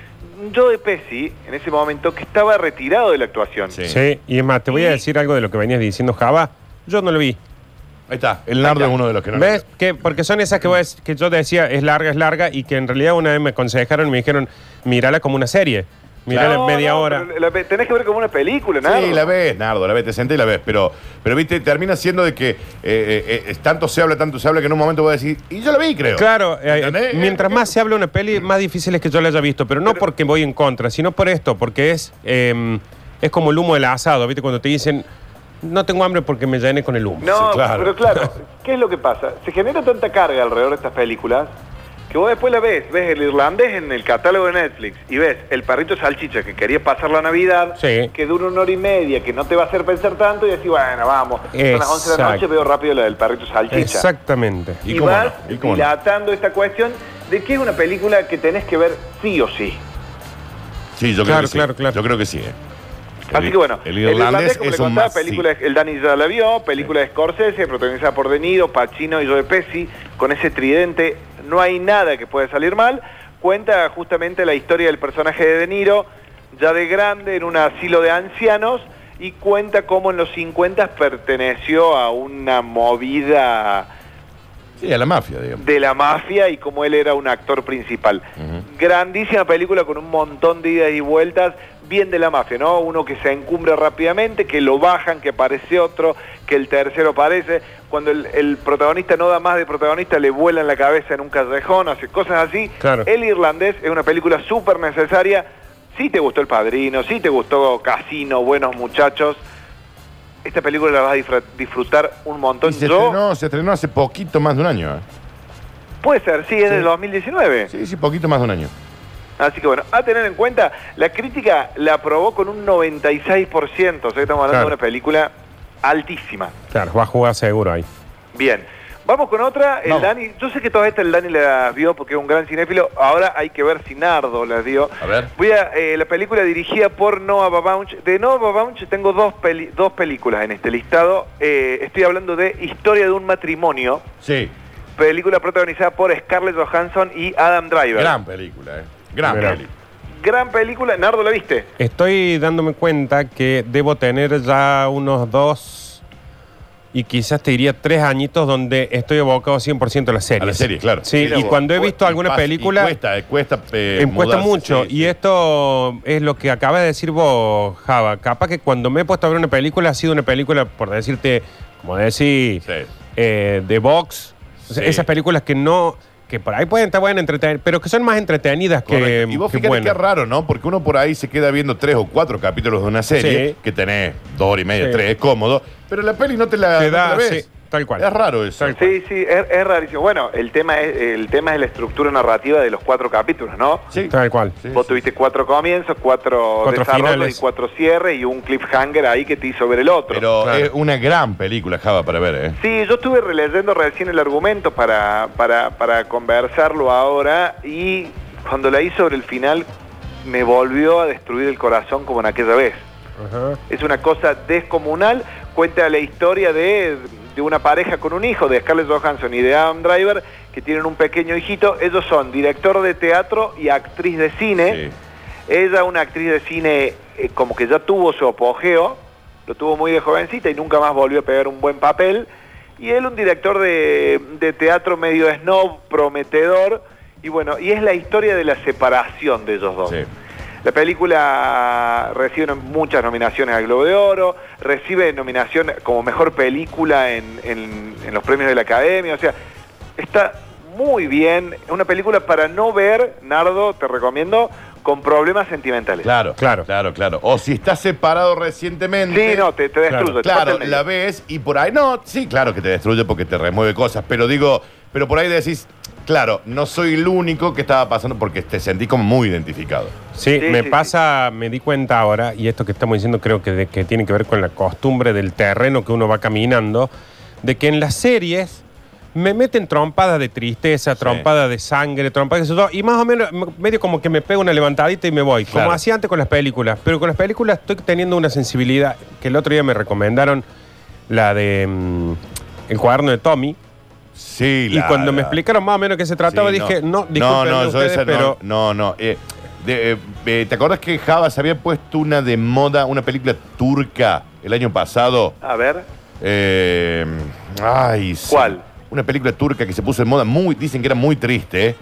Speaker 5: Joe Pesci, en ese momento, que estaba retirado de la actuación.
Speaker 4: Sí.
Speaker 6: Sí, y es más, te voy a decir algo de lo que venías diciendo, Java. Yo no lo vi.
Speaker 4: Ahí está, el Nardo es uno de los que no.
Speaker 6: ¿Ves? Que, porque son esas que, vos- que yo decía, es larga, es larga, y que en realidad una vez me aconsejaron y me dijeron, mírala como una serie. Mírala
Speaker 5: No,
Speaker 6: en media
Speaker 5: no,
Speaker 6: hora.
Speaker 5: pero la pe- tenés que ver como una película, nada.
Speaker 4: Sí, la ves, Nardo, la ves, te senté y la ves, pero, pero viste, termina siendo de que eh, eh, eh, tanto se habla, tanto se habla, que en un momento voy a decir, y yo la vi, creo.
Speaker 6: Claro, eh,
Speaker 4: ¿Entendés?
Speaker 6: mientras más se habla una peli, más difícil es que yo la haya visto, pero no porque voy en contra, sino por esto, porque es, eh, es como el humo del asado, ¿viste? Cuando te dicen, no tengo hambre porque me llené con el humo.
Speaker 5: No,
Speaker 4: Sí, claro.
Speaker 5: pero claro, ¿qué es lo que pasa? Se genera tanta carga alrededor de estas películas que vos después la ves, ves el irlandés en el catálogo de Netflix y ves el perrito salchicha que querías pasar la Navidad,
Speaker 6: Sí.
Speaker 5: que dura una hora y media, que no te va a hacer pensar tanto y decís, bueno, vamos, son las 11 de la noche,
Speaker 6: Exacto.
Speaker 5: veo rápido la del perrito salchicha.
Speaker 6: Exactamente.
Speaker 4: ¿Y
Speaker 5: Y,
Speaker 4: cómo
Speaker 5: vas
Speaker 4: no? ¿Y cómo no?
Speaker 5: dilatando esta cuestión de que es una película que tenés que ver sí o sí.
Speaker 4: Sí, yo creo
Speaker 6: Claro,
Speaker 4: que sí.
Speaker 6: claro, claro.
Speaker 4: Yo creo que sí. eh.
Speaker 5: Así
Speaker 4: El-
Speaker 5: que bueno,
Speaker 4: el irlandés,
Speaker 5: como
Speaker 4: es
Speaker 5: le
Speaker 4: un
Speaker 5: contaba,
Speaker 4: más.
Speaker 5: película, el Dani ya la vio, película de Scorsese, protagonizada por De Niro, Pacino y Joe Pesci, con ese tridente no hay nada que pueda salir mal, cuenta justamente la historia del personaje de De Niro, ya de grande, en un asilo de ancianos, y cuenta cómo en los 50 perteneció a una movida
Speaker 4: Sí, a la mafia, digamos.
Speaker 5: de la mafia y como él era un actor principal. Grandísima película con un montón de idas y vueltas, bien de la mafia, ¿no? Uno que se encumbra rápidamente, que lo bajan, que aparece otro, que el tercero aparece. Cuando el, el protagonista no da más de protagonista, le vuelan la cabeza en un callejón, hace cosas así.
Speaker 6: Claro.
Speaker 5: El irlandés es una película súper necesaria. Si te gustó El Padrino, si te gustó Casino, Buenos Muchachos, esta película la vas a disfra- disfrutar un montón.
Speaker 4: Y se,
Speaker 5: Yo-
Speaker 4: estrenó, se estrenó hace poquito más de un año. eh.
Speaker 5: puede ser, sí, es del 2019.
Speaker 4: Sí, sí, poquito más de un año.
Speaker 5: Así que bueno, a tener en cuenta, la crítica la aprobó con un 96%, o sea que estamos hablando
Speaker 4: Claro.
Speaker 5: de una película altísima.
Speaker 6: Claro, va a jugar seguro ahí.
Speaker 5: Bien, vamos con otra, el
Speaker 4: Vamos.
Speaker 5: Dani, yo sé que todas estas el Dani las vio porque es un gran cinéfilo, ahora hay que ver si Nardo las vio.
Speaker 4: A ver.
Speaker 5: Voy a, eh, la película dirigida por Noah Babaunch, de Noah Babaunch tengo dos, peli- dos películas en este listado, Eh, estoy hablando de Historia de un matrimonio,
Speaker 4: Sí,
Speaker 5: película protagonizada por Scarlett Johansson y Adam Driver.
Speaker 4: gran película, eh. Gran
Speaker 6: Gran.
Speaker 4: película.
Speaker 5: Gran película, Nardo la viste.
Speaker 6: Estoy dándome cuenta que debo tener ya unos dos y quizás te diría tres añitos donde estoy abocado 100% a las series.
Speaker 4: A las series, claro.
Speaker 6: Sí,
Speaker 4: Mira
Speaker 6: y
Speaker 4: vos.
Speaker 6: cuando he
Speaker 4: Cu-
Speaker 6: visto
Speaker 4: y
Speaker 6: alguna
Speaker 4: pasa- y
Speaker 6: película,
Speaker 4: Cuesta, eh, cuesta. eh,
Speaker 6: me cuesta
Speaker 4: mudarse,
Speaker 6: mucho.
Speaker 4: sí,
Speaker 6: y esto es lo que acaba de decir vos, Java. Capaz que cuando me he puesto a ver una película, ha sido una película, por decirte, como decir,
Speaker 4: Sí.
Speaker 6: eh, de box. O sea,
Speaker 4: Sí.
Speaker 6: Esas películas que no, que por ahí pueden estar buenas, entretener, pero que son más entretenidas que,
Speaker 4: Correcto. Y vos
Speaker 6: que
Speaker 4: fíjate
Speaker 6: buenas.
Speaker 4: qué raro, ¿no? Porque uno por ahí se queda viendo tres o cuatro capítulos de una serie,
Speaker 6: Sí.
Speaker 4: que tenés dos horas y media,
Speaker 6: Sí.
Speaker 4: tres, es cómodo, pero la peli no te la,
Speaker 6: Te
Speaker 4: no
Speaker 6: da,
Speaker 4: la ves.
Speaker 6: sí, tal cual.
Speaker 4: Es raro eso.
Speaker 6: Tal
Speaker 5: Sí, sí, es, es rarísimo. Bueno, el tema es, el tema es la estructura narrativa de los cuatro capítulos, ¿no?
Speaker 4: Sí.
Speaker 6: Tal cual.
Speaker 4: eh. Sí,
Speaker 5: Vos
Speaker 4: sí.
Speaker 5: tuviste cuatro comienzos, cuatro,
Speaker 6: Cuatro
Speaker 5: desarrollos
Speaker 6: finales.
Speaker 5: y cuatro cierres y un cliffhanger ahí que te hizo ver el otro.
Speaker 4: Pero
Speaker 6: Claro.
Speaker 4: es una gran película, Java, para ver, ¿eh?
Speaker 5: Sí, yo estuve releyendo recién el argumento para, para, para conversarlo ahora y cuando la hice sobre el final me volvió a destruir el corazón como en aquella vez.
Speaker 6: Ajá.
Speaker 5: Es una cosa descomunal. Cuenta la historia de, de una pareja con un hijo, de Scarlett Johansson y de Adam Driver, que tienen un pequeño hijito. Ellos son director de teatro y actriz de cine.
Speaker 4: Sí.
Speaker 5: Ella, una actriz de cine, eh, como que ya tuvo su apogeo, lo tuvo muy de jovencita y nunca más volvió a pegar un buen papel. Y él, un director de, de teatro medio snob, prometedor, y bueno, y es la historia de la separación de ellos dos.
Speaker 4: Sí.
Speaker 5: La película recibe nom- muchas nominaciones al Globo de Oro, recibe nominación como mejor película en, en- en los premios de la Academia, o sea, está muy bien. Es una película para no ver, Nardo, te recomiendo, con problemas sentimentales.
Speaker 4: Claro,
Speaker 6: Claro.
Speaker 4: claro, claro. O si estás separado recientemente.
Speaker 5: Sí, no, te, te destruye. te parte
Speaker 4: Claro,
Speaker 5: el medio.
Speaker 4: la ves y por ahí no, sí, claro que te destruye porque te remueve cosas, pero digo, pero por ahí decís, claro, no soy el único que estaba pasando porque te sentí como muy identificado.
Speaker 6: Sí,
Speaker 5: Sí,
Speaker 6: me
Speaker 5: sí,
Speaker 6: pasa, me di cuenta ahora, y esto que estamos diciendo creo que, de- que tiene que ver con la costumbre del terreno que uno va caminando, de que en las series me meten trompadas de tristeza, trompadas de sangre, trompadas de eso, y más o menos me- medio como que me pego una levantadita y me voy,
Speaker 4: Claro.
Speaker 6: como hacía antes con las películas, pero con las películas estoy teniendo una sensibilidad que el otro día me recomendaron, la de mm, El cuaderno de Tommy.
Speaker 4: Sí,
Speaker 6: Y cuando me explicaron más o menos de qué se trataba, dije, no,
Speaker 4: no, no,
Speaker 6: disculpen
Speaker 4: yo
Speaker 6: ustedes,
Speaker 4: esa no,
Speaker 6: pero...
Speaker 4: no, no. eh, de- eh, eh, ¿Te acordás que Javas había puesto una de moda, una película turca el año pasado?
Speaker 5: A ver,
Speaker 4: Eh, ay, sí.
Speaker 5: ¿Cuál?
Speaker 4: Una película turca que se puso en moda, muy, dicen que era muy triste, ¿eh?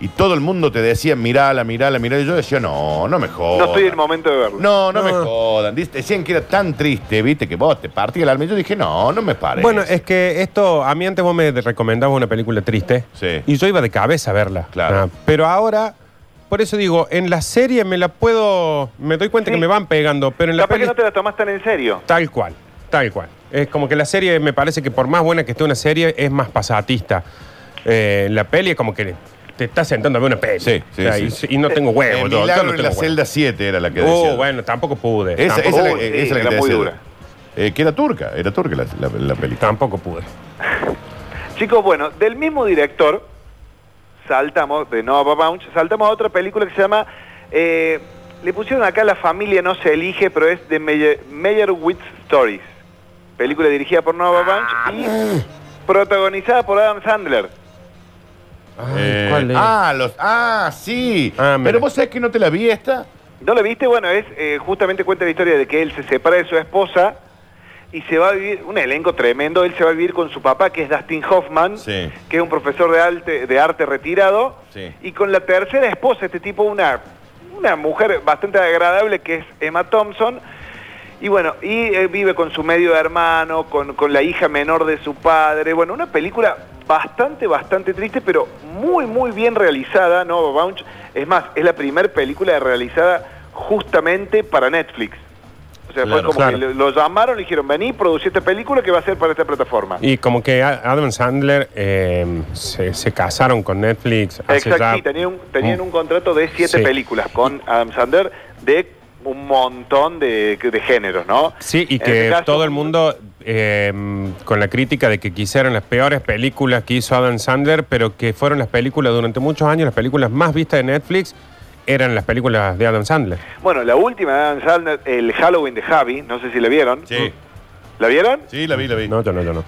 Speaker 4: Y todo el mundo te decía, mirala, mirala, mirala. Y yo decía, no, no me jodan.
Speaker 5: no estoy en el momento de verlo.
Speaker 4: No, no, me
Speaker 6: No.
Speaker 4: jodan. Dic- Decían que era tan triste, viste, que vos te partí el alma. Y yo dije, no, no me parece.
Speaker 6: Bueno, es que esto, a mí antes vos me recomendabas una película triste.
Speaker 4: Sí.
Speaker 6: Y yo iba de cabeza a verla. Ah,
Speaker 4: Claro.
Speaker 6: pero ahora, por eso digo, en la serie me la puedo. Me doy cuenta
Speaker 5: Sí.
Speaker 6: que me van pegando, pero en la
Speaker 5: Capaz que
Speaker 6: peli.
Speaker 5: no te la tomás tan en serio.
Speaker 6: Tal cual, tal cual. Es como que la serie, me parece que por más buena que esté una serie, es más pasatista. Eh, la peli es como que te estás sentando a ver una peli.
Speaker 4: Sí, sí,
Speaker 6: O sea,
Speaker 4: sí,
Speaker 6: y,
Speaker 4: sí.
Speaker 6: y no tengo
Speaker 4: El
Speaker 6: huevo. yo- yo
Speaker 4: Eh, milagro
Speaker 6: no
Speaker 4: en la
Speaker 6: tengo huevo.
Speaker 4: celda 7 era la que decía.
Speaker 6: Oh, bueno, tampoco pude.
Speaker 4: Esa, esa
Speaker 6: tampoco,
Speaker 4: es la,
Speaker 5: Uy,
Speaker 4: que-
Speaker 5: sí,
Speaker 4: esa es la que
Speaker 5: era
Speaker 4: te
Speaker 5: muy
Speaker 4: decía.
Speaker 5: dura.
Speaker 4: Eh, que era turca, era turca la, la- la película.
Speaker 6: tampoco pude.
Speaker 5: Chicos, bueno, del mismo director, saltamos, de Nova Bounce, saltamos a otra película que se llama, eh, le pusieron acá La familia no se elige, pero es de Meyer, Meyerowitz Stories. Película dirigida por Nova Bounce y protagonizada por Adam Sandler.
Speaker 4: Eh, Ah, los, ah, sí.
Speaker 6: Ah, mira.
Speaker 4: Pero vos sabés que no te la vi esta.
Speaker 5: ¿No la viste? Bueno, es eh, justamente cuenta la historia de que él se separa de su esposa y se va a vivir, un elenco tremendo, él se va a vivir con su papá, que es Dustin Hoffman,
Speaker 4: Sí.
Speaker 5: que es un profesor de arte, de arte retirado,
Speaker 4: Sí.
Speaker 5: y con la tercera esposa, este tipo, una, una mujer bastante agradable, que es Emma Thompson, y bueno, y eh, vive con su medio hermano, con, con la hija menor de su padre. Bueno, una película bastante, bastante triste, pero muy, muy bien realizada, ¿no? Bounce. Es más, es la primera película realizada justamente para Netflix. O sea, fue
Speaker 4: Claro,
Speaker 5: como
Speaker 6: claro.
Speaker 5: que lo, lo llamaron y dijeron, vení, producí esta película que va a ser para esta plataforma.
Speaker 6: Y como que a- Adam Sandler eh, se, se casaron con Netflix. hace Mm.
Speaker 5: Exacto,
Speaker 6: ya-
Speaker 5: sí, tenían un, tenían un contrato de siete
Speaker 6: Sí.
Speaker 5: películas con Adam Sandler de un montón de, de géneros, ¿no?
Speaker 6: Sí, y
Speaker 5: En
Speaker 6: que
Speaker 5: este caso-
Speaker 6: todo el mundo, eh, con la crítica de que quisieron las peores películas que hizo Adam Sandler, pero que fueron las películas durante muchos años, las películas más vistas de Netflix eran las películas de Adam Sandler.
Speaker 5: Bueno, la última de Adam Sandler, el Halloween de Javi, no sé si la vieron.
Speaker 4: Sí,
Speaker 5: ¿La vieron?
Speaker 4: sí, la vi, la vi.
Speaker 6: No, yo no, yo no.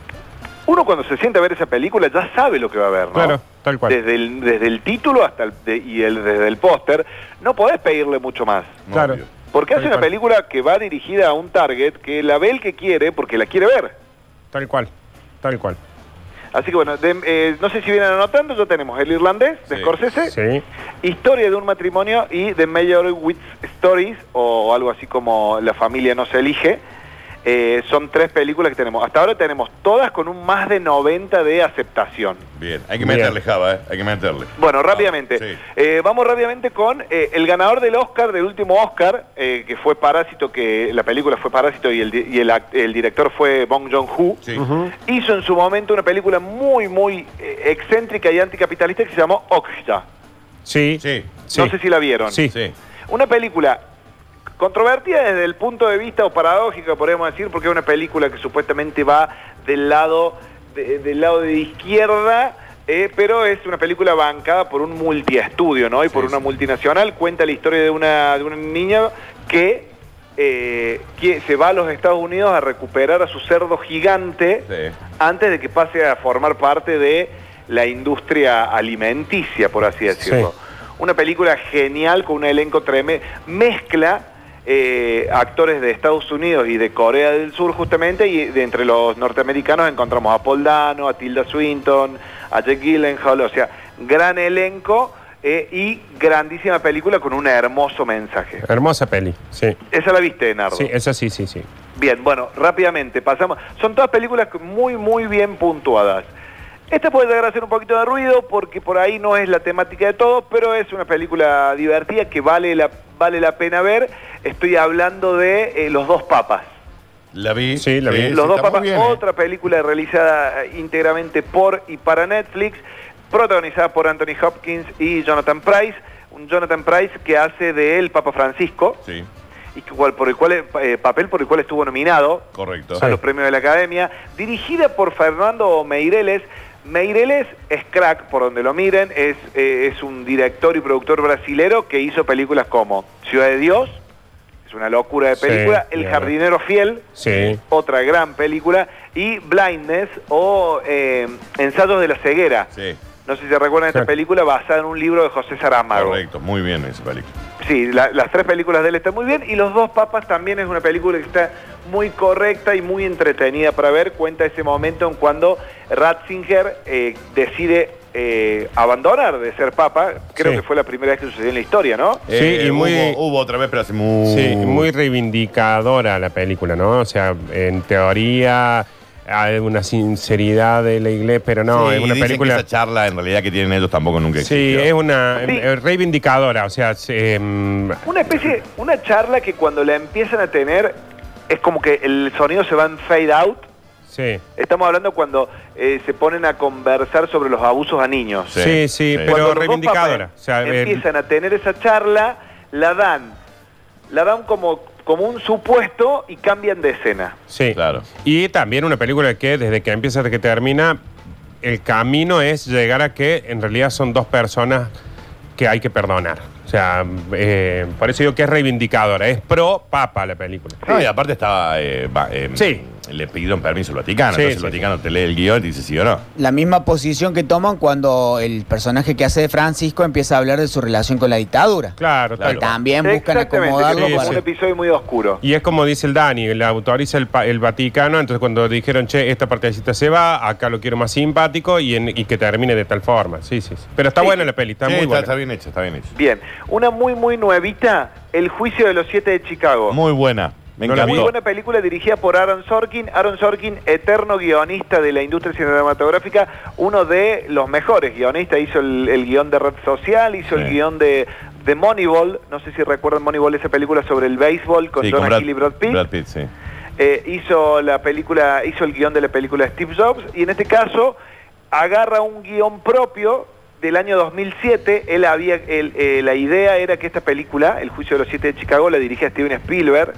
Speaker 5: Uno cuando se sienta a ver esa película ya sabe lo que va a ver, ¿no?
Speaker 6: Claro, tal cual.
Speaker 5: Desde el, desde el título hasta el, de- y el, desde el póster, no podés pedirle mucho más.
Speaker 6: claro.
Speaker 4: obvio.
Speaker 5: Porque hace
Speaker 6: Tal
Speaker 5: una
Speaker 6: cual.
Speaker 5: película que va dirigida a un target que la ve el que quiere porque la quiere ver.
Speaker 6: Tal cual, tal cual.
Speaker 5: Así que bueno, de- eh, no sé si vienen anotando, ya tenemos El Irlandés de
Speaker 4: Sí.
Speaker 5: Scorsese,
Speaker 6: Sí.
Speaker 5: Historia de un matrimonio y The Meyerowitz Stories, o algo así como La familia no se elige. Eh, son tres películas que tenemos. Hasta ahora tenemos todas con un más de 90 de aceptación.
Speaker 4: Bien, hay que
Speaker 6: Bien.
Speaker 4: meterle, Java, ¿eh? hay que meterle.
Speaker 5: Bueno,
Speaker 4: Ah,
Speaker 5: rápidamente.
Speaker 4: sí.
Speaker 5: Eh, vamos rápidamente con eh, el ganador del Oscar, del último Oscar, eh, que fue Parásito, que la película fue Parásito y el, di- y el, act- el director fue Bong Joon-ho.
Speaker 4: Sí.
Speaker 5: Hizo en su momento una película muy, muy eh, excéntrica y anticapitalista que se llamó Okja.
Speaker 6: Sí.
Speaker 4: Sí.
Speaker 6: Sí.
Speaker 5: No sé si la vieron.
Speaker 6: Sí.
Speaker 4: Sí.
Speaker 5: Una película controvertida desde el punto de vista o paradójica, podríamos decir, porque es una película que supuestamente va del lado de, del lado de izquierda, eh, pero es una película bancada por un multiestudio, ¿no? Y por una multinacional. Cuenta la historia de una, de una niña que, eh, que se va a los Estados Unidos a recuperar a su cerdo gigante
Speaker 4: Sí.
Speaker 5: antes de que pase a formar parte de la industria alimenticia, por así decirlo. Una película genial con un elenco tremendo. Mezcla eh, actores de Estados Unidos y de Corea del Sur justamente y de entre los norteamericanos encontramos a Paul Dano, a Tilda Swinton, a Jack Gyllenhaal, o sea, gran elenco eh, y grandísima película con un hermoso mensaje.
Speaker 6: Hermosa peli, sí.
Speaker 5: Esa la viste, Nardo.
Speaker 6: Eh. Sí, esa sí, sí, sí.
Speaker 5: Bien, bueno, rápidamente, pasamos. Son todas películas muy, muy bien puntuadas. Esta puede llegar a hacer un poquito de ruido porque por ahí no es la temática de todo, pero es una película divertida que vale la, vale la pena ver. Estoy hablando de eh, Los dos papas.
Speaker 4: La vi.
Speaker 6: Sí, la vi.
Speaker 4: Eh,
Speaker 5: Los dos
Speaker 4: está muy
Speaker 5: papas,
Speaker 4: bien, eh.
Speaker 5: otra película realizada eh, íntegramente por y para Netflix, protagonizada por Anthony Hopkins y Jonathan Price. Un Jonathan Price que hace de él Papa Francisco,
Speaker 4: Sí,
Speaker 5: y que- cual- por el cual, eh, papel por el cual estuvo nominado
Speaker 4: correcto.
Speaker 5: a los premios de la Academia, dirigida por Fernando Meireles. Meireles es crack, por donde lo miren, es, eh, es un director y productor brasilero que hizo películas como Ciudad de Dios, es una locura de
Speaker 6: Sí,
Speaker 5: película, El
Speaker 6: bien.
Speaker 5: jardinero fiel,
Speaker 6: Sí.
Speaker 5: otra gran película, y Blindness o eh, Ensayos de la ceguera.
Speaker 4: Sí,
Speaker 5: No sé si se recuerdan esta
Speaker 6: Claro.
Speaker 5: película basada en un libro de José Saramago.
Speaker 4: correcto. Muy bien esa película.
Speaker 5: Sí, la- las tres películas de él están muy bien y Los dos papas también es una película que está muy correcta y muy entretenida para ver. Cuenta ese momento en cuando Ratzinger eh, decide eh, abandonar de ser papa. Creo
Speaker 6: Sí.
Speaker 5: que fue la primera vez que sucedió en la historia, ¿no?
Speaker 6: Sí, y muy-
Speaker 4: Eh, Hubo, hubo otra vez, pero hace muy...
Speaker 6: Sí, muy reivindicadora la película, ¿no? O sea, en teoría hay una sinceridad de la iglesia, pero no,
Speaker 4: Sí,
Speaker 6: es
Speaker 4: dicen
Speaker 6: una
Speaker 4: que
Speaker 6: película...
Speaker 4: esa charla en realidad que tienen ellos tampoco nunca
Speaker 6: Sí,
Speaker 4: existió.
Speaker 6: es una
Speaker 5: Sí.
Speaker 6: eh, reivindicadora, o sea, se, em,
Speaker 5: Una especie, una charla que cuando la empiezan a tener es como que el sonido se va en fade out.
Speaker 6: sí.
Speaker 5: Estamos hablando cuando eh, se ponen a conversar sobre los abusos a niños.
Speaker 4: Sí,
Speaker 6: Sí, sí,
Speaker 4: sí.
Speaker 6: pero
Speaker 5: Cuando los dos
Speaker 6: reivindicadora.
Speaker 5: papas
Speaker 6: O sea, eh,
Speaker 5: empiezan a tener esa charla, la dan, la dan como, como un supuesto y cambian de escena.
Speaker 6: sí.
Speaker 4: Claro.
Speaker 6: Y también una película que desde que empieza hasta que termina, el camino es llegar a que en realidad son dos personas que hay que perdonar. O sea, eh, por eso digo que es reivindicadora, es pro papa la película.
Speaker 4: No, y aparte estaba... eh, va- eh,
Speaker 6: Sí.
Speaker 4: Le pidieron permiso al Vaticano,
Speaker 6: Sí,
Speaker 4: entonces
Speaker 6: sí,
Speaker 4: el Vaticano te lee el guión y dice sí o no.
Speaker 7: La misma posición que toman cuando el personaje que hace de Francisco empieza a hablar de su relación con la dictadura.
Speaker 4: Claro.
Speaker 6: Claro, tal cual.
Speaker 7: También buscan
Speaker 5: Exactamente, que
Speaker 7: acomodarlo
Speaker 5: es como
Speaker 7: para-
Speaker 5: un episodio muy oscuro.
Speaker 6: Y es como dice el Dani, le autoriza el, pa- el Vaticano, entonces cuando dijeron, che, esta partecita se va, acá lo quiero más simpático y, en- y que termine de tal forma. Sí, sí. sí. Pero está
Speaker 5: Sí.
Speaker 6: buena la peli, está
Speaker 4: Sí,
Speaker 6: muy buena.
Speaker 4: está bien hecha, está bien hecha.
Speaker 5: Bien, una muy, muy nuevita, El juicio de los siete de Chicago.
Speaker 4: Muy buena. Me
Speaker 6: No la
Speaker 4: encantó.
Speaker 6: vi.
Speaker 5: Muy buena película dirigida por Aaron Sorkin. Aaron Sorkin, eterno guionista de la industria cinematográfica, uno de los mejores guionistas. Hizo el, el guión de Red Social, hizo el
Speaker 4: Sí.
Speaker 5: guión de, de Moneyball. No sé si recuerdan Moneyball, esa película sobre el béisbol con
Speaker 4: Sí,
Speaker 5: Jonah
Speaker 4: Brad-
Speaker 5: Hill y Brad Pitt.
Speaker 4: Brad Pitt, sí.
Speaker 5: Eh, hizo la película, hizo el guión de la película Steve Jobs y en este caso agarra un guión propio del año 2007. Él había, él, eh, la idea era que esta película, El juicio de los siete de Chicago, la dirigía Steven Spielberg.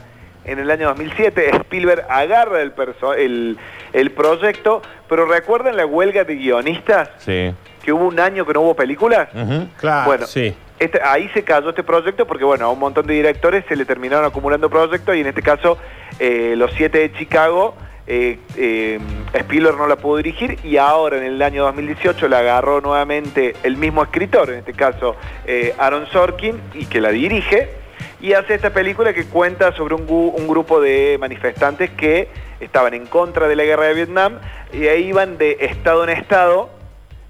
Speaker 5: En el año 2007 Spielberg agarra el, perso- el, el proyecto, pero recuerdan la huelga de guionistas
Speaker 4: Sí.
Speaker 5: que hubo un año que no hubo películas.
Speaker 4: Ujú.
Speaker 6: Claro,
Speaker 5: Bueno,
Speaker 6: sí.
Speaker 5: este- ahí se cayó este proyecto porque, bueno, a un montón de directores se le terminaron acumulando proyectos y en este caso eh, los siete de Chicago, eh, eh, Spielberg no la pudo dirigir y ahora en el año 2018 la agarró nuevamente el mismo escritor, en este caso eh, Aaron Sorkin, y que la dirige y hace esta película que cuenta sobre un, gu- un grupo de manifestantes que estaban en contra de la guerra de Vietnam y ahí iban de estado en estado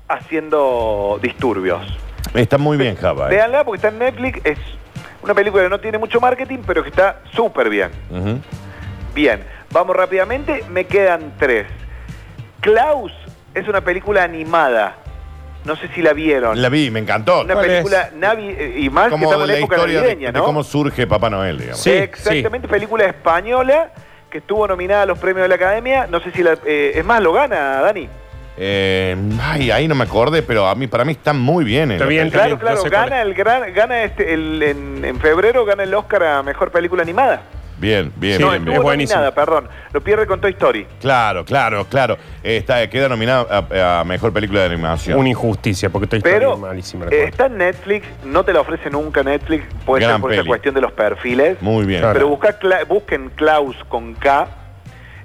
Speaker 5: haciendo disturbios.
Speaker 4: Está muy bien, Java. eh.
Speaker 5: Veanla porque está en Netflix. Es una película que no tiene mucho marketing, pero que está súper bien.
Speaker 4: Ujú.
Speaker 5: Bien, vamos rápidamente. Me quedan tres. Klaus es una película animada. No sé si la vieron.
Speaker 4: La vi, me encantó.
Speaker 5: una
Speaker 6: ¿cuál
Speaker 5: película navi eh, y más que
Speaker 4: Como
Speaker 5: estamos
Speaker 4: de
Speaker 5: en
Speaker 4: la
Speaker 5: la época
Speaker 4: historia de,
Speaker 5: navideña,
Speaker 4: de
Speaker 5: ¿no?
Speaker 4: cómo surge Papá Noel, digamos.
Speaker 6: Sí,
Speaker 5: Exactamente, película española que estuvo nominada a los premios de la Academia. No sé si la... eh, es más, lo gana, Dani.
Speaker 4: Eh, ay, ahí no me acordé, pero a mí, para mí está muy bien. eh,
Speaker 6: Está
Speaker 4: la
Speaker 6: bien.
Speaker 4: película.
Speaker 5: Claro,
Speaker 6: También,
Speaker 5: claro,
Speaker 6: no sé cuál
Speaker 5: gana el gran, gana este, el- en- en febrero gana el Oscar a Mejor Película Animada.
Speaker 4: Bien, bien,
Speaker 6: Sí,
Speaker 4: bien,
Speaker 6: es
Speaker 4: bien.
Speaker 5: Estuvo
Speaker 6: buenísimo.
Speaker 5: nominada, perdón. Lo pierde con Toy Story.
Speaker 4: Claro, claro, claro. Eh, está, eh, queda nominada a, a Mejor Película de Animación.
Speaker 6: Una injusticia, porque estoy
Speaker 5: Pero
Speaker 6: malísima. la
Speaker 5: eh,
Speaker 6: cuenta.
Speaker 5: está en Netflix, no te la ofrece nunca Netflix, puede
Speaker 4: Gran
Speaker 5: ser por esa
Speaker 4: peli.
Speaker 5: cuestión de los perfiles.
Speaker 4: Muy bien.
Speaker 6: Claro.
Speaker 5: Pero busca Cla- busquen Klaus con K.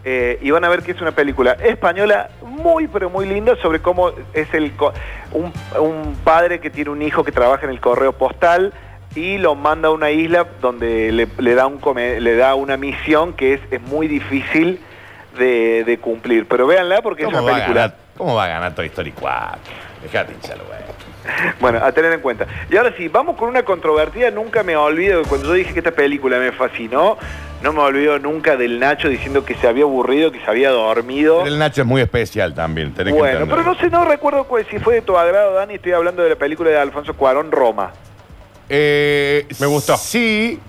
Speaker 5: eh, y van a ver que es una película española muy, pero muy linda sobre cómo es el co- un, un padre que tiene un hijo que trabaja en el correo postal y lo manda a una isla donde le, le da, un come- le da una misión que es, es muy difícil de, de cumplir. Pero véanla porque es
Speaker 4: ¿Cómo
Speaker 5: una
Speaker 4: va, a
Speaker 5: película...
Speaker 4: ganar, ¿Cómo va a ganar Toy Story 4? Dejate hincharlo, güey.
Speaker 5: Bueno, a tener en cuenta. Y ahora sí, vamos con una controvertida. Nunca me olvido que cuando yo dije que esta película me fascinó, no me olvido nunca del Nacho diciendo que se había aburrido, que se había dormido.
Speaker 4: Pero El Nacho es muy especial también. tenés que
Speaker 5: Bueno,
Speaker 4: entender.
Speaker 5: pero no sé, no recuerdo cuál- si fue de tu agrado, Dani. Estoy hablando de la película de Alfonso Cuarón, Roma.
Speaker 4: Eh,
Speaker 6: Me gustó.
Speaker 4: Sí,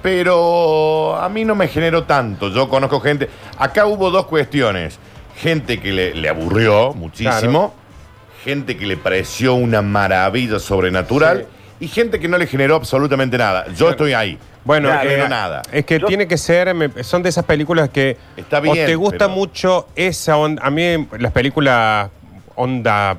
Speaker 4: pero a mí no me generó tanto. Yo conozco gente. Acá hubo dos cuestiones. Gente que le, le aburrió muchísimo, gente que le pareció una maravilla sobrenatural y gente que no le generó absolutamente nada. Yo estoy ahí.
Speaker 6: Bueno,
Speaker 4: no
Speaker 6: eh,
Speaker 4: generó nada.
Speaker 6: es que
Speaker 5: Yo-
Speaker 6: tiene que ser, me- son de esas películas que
Speaker 4: Está
Speaker 6: o
Speaker 4: bien,
Speaker 6: te gusta
Speaker 4: pero-
Speaker 6: mucho esa onda. A mí las películas onda,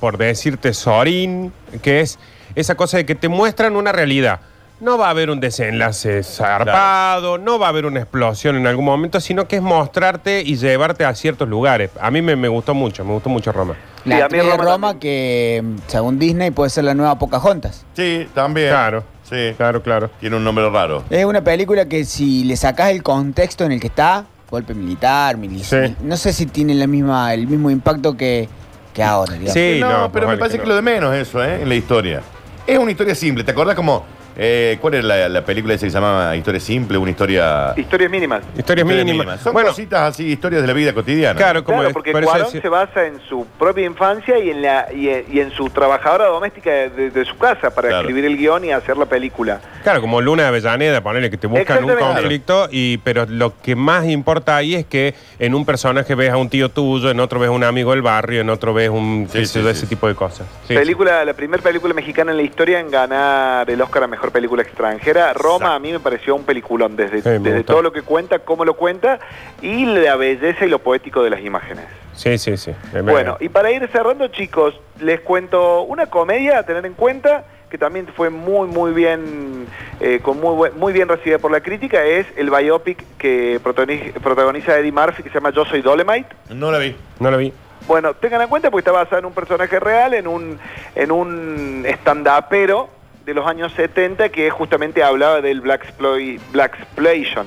Speaker 6: por decirte, Sorín, que es esa cosa de que te muestran una realidad. No va a haber un desenlace zarpado, no va a haber una explosión en algún momento, sino que es mostrarte y llevarte a ciertos lugares. A mí me, me gustó mucho, me gustó mucho Roma.
Speaker 5: Sí,
Speaker 7: La
Speaker 5: a mí
Speaker 7: actriz de
Speaker 5: Roma
Speaker 7: Roma
Speaker 5: también.
Speaker 7: que, según Disney, puede ser la nueva Pocahontas.
Speaker 4: Sí, también.
Speaker 6: Claro,
Speaker 4: Sí.
Speaker 6: claro, claro.
Speaker 4: Tiene un nombre raro.
Speaker 7: Es una película que si le sacás el contexto en el que está, golpe militar, milicia,
Speaker 6: Sí.
Speaker 7: no sé si tiene la misma, el mismo impacto que, que ahora. digamos.
Speaker 6: Sí.
Speaker 4: no,
Speaker 6: no,
Speaker 4: pero
Speaker 6: más
Speaker 4: me
Speaker 6: vale
Speaker 4: parece
Speaker 6: que
Speaker 4: que,
Speaker 6: no.
Speaker 4: lo de menos eso, ¿eh? En la historia. Es una historia simple. ¿Te acordás como... eh, ¿Cuál era la, la película esa que se llamaba Historia Simple? Una historia...
Speaker 5: Historias mínimas.
Speaker 6: Historias
Speaker 4: Historias
Speaker 6: mínimas.
Speaker 4: mínimas. Son
Speaker 6: Bueno,
Speaker 4: cositas así, historias de la vida cotidiana.
Speaker 6: claro, como
Speaker 5: Claro, porque
Speaker 6: por eso
Speaker 5: Cuarón
Speaker 6: decía-
Speaker 5: se basa en su propia infancia y en, la, y, en- y en su trabajadora doméstica de, de- de su casa para
Speaker 4: Claro.
Speaker 5: escribir el guión y hacer la película.
Speaker 6: Claro, como Luna de Avellaneda, ponele que te buscan un
Speaker 5: Exactamente.
Speaker 6: conflicto, y, pero lo que más importa ahí es que en un personaje ves a un tío tuyo, en otro ves a un amigo del barrio, en otro ves un
Speaker 4: Sí,
Speaker 6: qué
Speaker 4: sí,
Speaker 6: sé yo,
Speaker 4: sí,
Speaker 6: ese
Speaker 4: sí.
Speaker 6: tipo de cosas. Sí,
Speaker 5: película, La primera película mexicana en la historia en ganar el Oscar a Mejor Película Extranjera. Roma a mí me pareció un peliculón, desde,
Speaker 6: Sí, me
Speaker 5: desde
Speaker 6: gustó.
Speaker 5: todo lo que cuenta, cómo lo cuenta, y la belleza y lo poético de las imágenes.
Speaker 6: Sí, sí, Eh, sí. sí.
Speaker 5: Bueno, y para ir cerrando, chicos, les cuento una comedia a tener en cuenta que también fue muy muy bien eh, con muy buen- muy bien recibida por la crítica es el biopic que protagoni- protagoniza Eddie Murphy que se llama Yo soy Dolemite
Speaker 4: No la vi.
Speaker 6: no lo vi.
Speaker 5: bueno, tengan en cuenta porque está basada en un personaje real, en un, en un estandapero de los años 70 que justamente hablaba del Black, exploit, black Exploitation.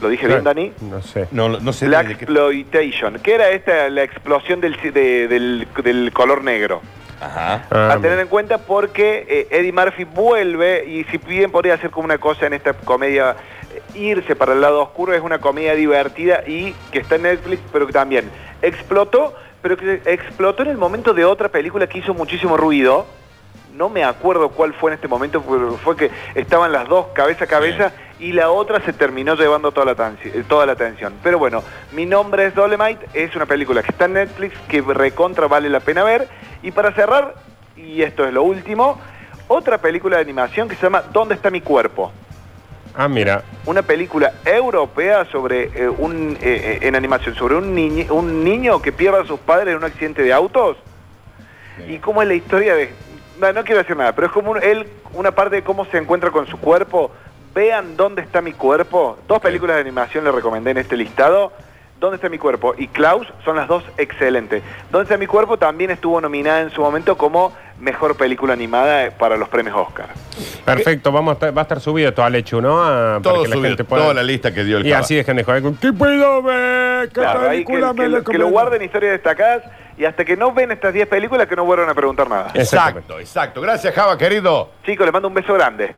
Speaker 5: ¿Lo dije bien, Dani?
Speaker 6: No sé.
Speaker 4: No, no sé
Speaker 5: Black
Speaker 4: de qué-
Speaker 5: Exploitation, que era esta la explosión del, ci- de- del, del color negro.
Speaker 4: Ajá.
Speaker 6: Ah,
Speaker 5: a tener en cuenta porque eh, Eddie Murphy vuelve y si bien podría hacer como una cosa en esta comedia, eh, irse para el lado oscuro, es una comedia divertida y que está en Netflix, pero que también explotó, pero que explotó en el momento de otra película que hizo muchísimo ruido. No me acuerdo cuál fue en este momento, pero fue que estaban las dos cabeza a cabeza y la otra se terminó llevando toda la, tanci- eh, toda la atención. Pero bueno, mi nombre es Dolemite, es una película que está en Netflix, que recontra vale la pena ver. Y para cerrar, y esto es lo último, otra película de animación que se llama ¿Dónde está mi cuerpo?
Speaker 6: ah, mira.
Speaker 5: Una película europea sobre eh, un eh, eh, en animación sobre un, niñe- un niño que pierde a sus padres en un accidente de autos. Y cómo es la historia de no, no quiero decir nada, pero es como un- él una parte de cómo se encuentra con su cuerpo. Vean dónde está mi cuerpo. Dos películas de animación le recomendé en este listado. ¿Dónde está mi cuerpo? Y Klaus son las dos excelentes. ¿Dónde está mi cuerpo? También estuvo nominada en su momento como mejor película animada eh, para los premios Oscar.
Speaker 6: Perfecto, vamos a estar- va a estar subido todo al hecho, ¿no? Ah, para
Speaker 4: Todo
Speaker 6: que la
Speaker 4: subido,
Speaker 6: gente pueda-
Speaker 4: toda la lista que dio el
Speaker 6: Y
Speaker 4: Cava.
Speaker 6: así dejen de joder. con, ¿Qué puedo ver? ¿Qué
Speaker 5: Claro, ahí que, que
Speaker 6: película me
Speaker 5: lo- que lo
Speaker 6: recomiendan?
Speaker 5: guarden historias destacadas y hasta que no ven estas 10 películas que no vuelvan a preguntar nada.
Speaker 6: Exactamente.
Speaker 4: Exacto, exacto. Gracias, Java, querido.
Speaker 5: Chicos, les mando un beso grande.